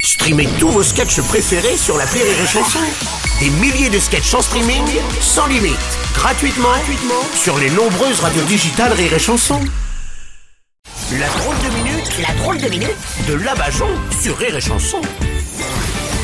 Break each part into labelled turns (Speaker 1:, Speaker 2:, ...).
Speaker 1: Streamez tous vos sketchs préférés sur la Rire et Chanson. Des milliers de sketchs en streaming, sans limite, gratuitement, gratuitement sur les nombreuses radios digitales Rire et Chanson. La drôle de minute, la drôle de minute de Labajon sur Rire et Chanson.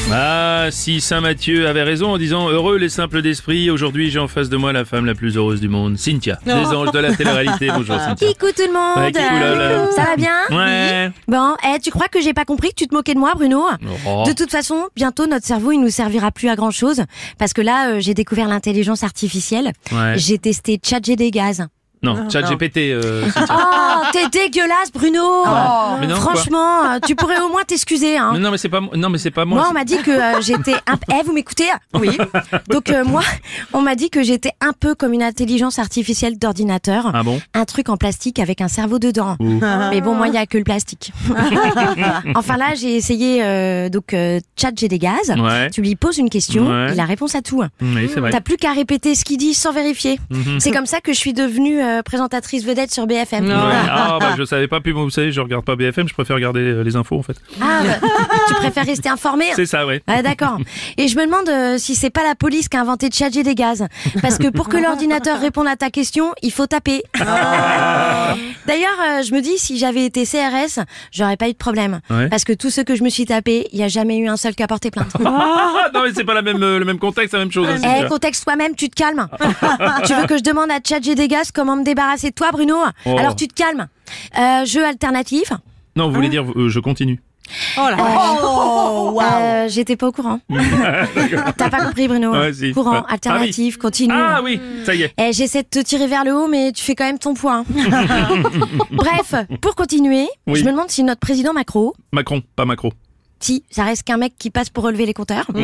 Speaker 2: Ah, si Saint Matthieu avait raison en disant heureux les simples d'esprit, aujourd'hui j'ai en face de moi la femme la plus heureuse du monde, Cynthia, des anges de la télé-réalité. Bonjour Cynthia.
Speaker 3: Kikou tout le monde
Speaker 2: Ouais, kikou, là, là.
Speaker 3: Ça va bien
Speaker 2: Ouais.
Speaker 3: Bon, eh, tu crois que j'ai pas compris que tu te moquais de moi, Bruno
Speaker 2: Oh.
Speaker 3: De toute façon, bientôt notre cerveau, il nous servira plus à grand chose. Parce que là, euh, j'ai découvert l'intelligence artificielle.
Speaker 2: Ouais.
Speaker 3: J'ai testé des gaz.
Speaker 2: Non, chat GPT. euh, Cynthia.
Speaker 3: Oh, t'es dégueulasse, Bruno
Speaker 2: Ah Mais non, quoi.
Speaker 3: Franchement, euh, tu pourrais au moins t'excuser. Hein.
Speaker 2: Mais non, mais c'est pas, mo- non, mais c'est pas moi.
Speaker 3: Moi, on m'a dit que euh, j'étais un... Eh, vous m'écoutez Oui. Donc, euh, moi, on m'a dit que j'étais un peu comme une intelligence artificielle d'ordinateur.
Speaker 2: Ah bon
Speaker 3: un truc en plastique avec un cerveau dedans.
Speaker 2: Ouh.
Speaker 3: Mais bon, moi, il n'y a que le plastique. enfin là, j'ai essayé euh, donc euh, chat j'ai des gaz.
Speaker 2: Ouais.
Speaker 3: Tu lui poses une question,
Speaker 2: Ouais.
Speaker 3: il la réponse à tout.
Speaker 2: Oui, c'est vrai.
Speaker 3: T'as plus qu'à répéter ce qu'il dit sans vérifier.
Speaker 2: Mhm.
Speaker 3: C'est comme ça que je suis devenue euh, présentatrice vedette sur BFM.
Speaker 2: Ouais. Ah bah je savais pas, puis moi vous savez, je regarde pas BFM, je préfère regarder euh, les infos en fait.
Speaker 3: Ah, bah, tu préfères rester informée
Speaker 2: C'est ça, ouais.
Speaker 3: Ah d'accord. Et je me demande euh, si c'est pas la police qui a inventé Tchadjé des gaz. Parce que pour que l'ordinateur réponde à ta question, il faut taper. D'ailleurs, euh, je me dis, si j'avais été CRS, j'aurais pas eu de problème.
Speaker 2: Ouais.
Speaker 3: Parce que tout ce que je me suis tapé, il y a jamais eu un seul qui a porté plainte.
Speaker 2: Ah, non mais c'est pas la même, euh, le même contexte, la même chose. hein,
Speaker 3: Eh,
Speaker 2: Cynthia.
Speaker 3: contexte toi-même, tu te calmes. tu veux que je demande à Tchadjé des gaz comment me débarrasser de toi, Bruno
Speaker 2: Oh.
Speaker 3: Alors tu te calmes. Euh, jeu alternatif.
Speaker 2: Non, vous voulez dire, euh, je continue.
Speaker 3: Euh, J'étais pas au courant. T'as pas compris, Bruno
Speaker 2: Ouais, si. Ah
Speaker 3: Courant,
Speaker 2: oui.
Speaker 3: alternatif, continue.
Speaker 2: Ah oui, ça y est.
Speaker 3: Eh, j'essaie de te tirer vers le haut, mais tu fais quand même ton point. Bref, pour continuer,
Speaker 2: Oui.
Speaker 3: je me demande si notre président Macron,
Speaker 2: Macron, pas Macron.
Speaker 3: si ça reste qu'un mec qui passe pour relever les compteurs,
Speaker 2: Si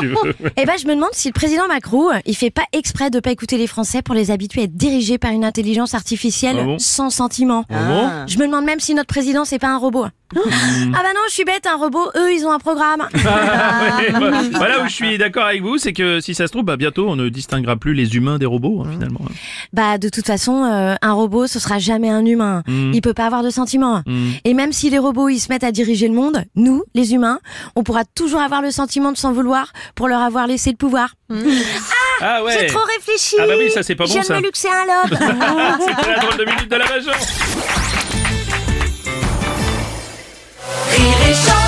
Speaker 2: tu veux.
Speaker 3: eh ben je me demande si le président Macron, euh, il fait pas exprès de pas écouter les Français pour les habituer à être dirigés par une intelligence artificielle
Speaker 2: Ah bon
Speaker 3: sans sentiment.
Speaker 2: Bon.
Speaker 3: Je me demande même si notre président c'est pas un robot.
Speaker 2: Hmm.
Speaker 3: Ah bah non, je suis bête, un robot, eux ils ont un programme.
Speaker 2: Ah, ouais, bah, voilà où je suis d'accord avec vous, c'est que si ça se trouve, bah, bientôt on ne distinguera plus les humains des robots hein, finalement.
Speaker 3: Bah de toute façon, euh, un robot ce sera jamais un humain.
Speaker 2: Mm.
Speaker 3: Il peut pas avoir de sentiments.
Speaker 2: Mm.
Speaker 3: Et même si les robots ils se mettent à diriger le monde, nous, les humains, on pourra toujours avoir le sentiment de s'en vouloir pour leur avoir laissé le pouvoir.
Speaker 2: Ah ouais.
Speaker 3: J'ai trop réfléchi.
Speaker 2: Ah bah oui, ça, c'est pas bon,
Speaker 3: Je viens de
Speaker 2: ça.
Speaker 3: me luxer un lobe.
Speaker 2: C'était la drôle de minute de la major.
Speaker 4: Rire et chanson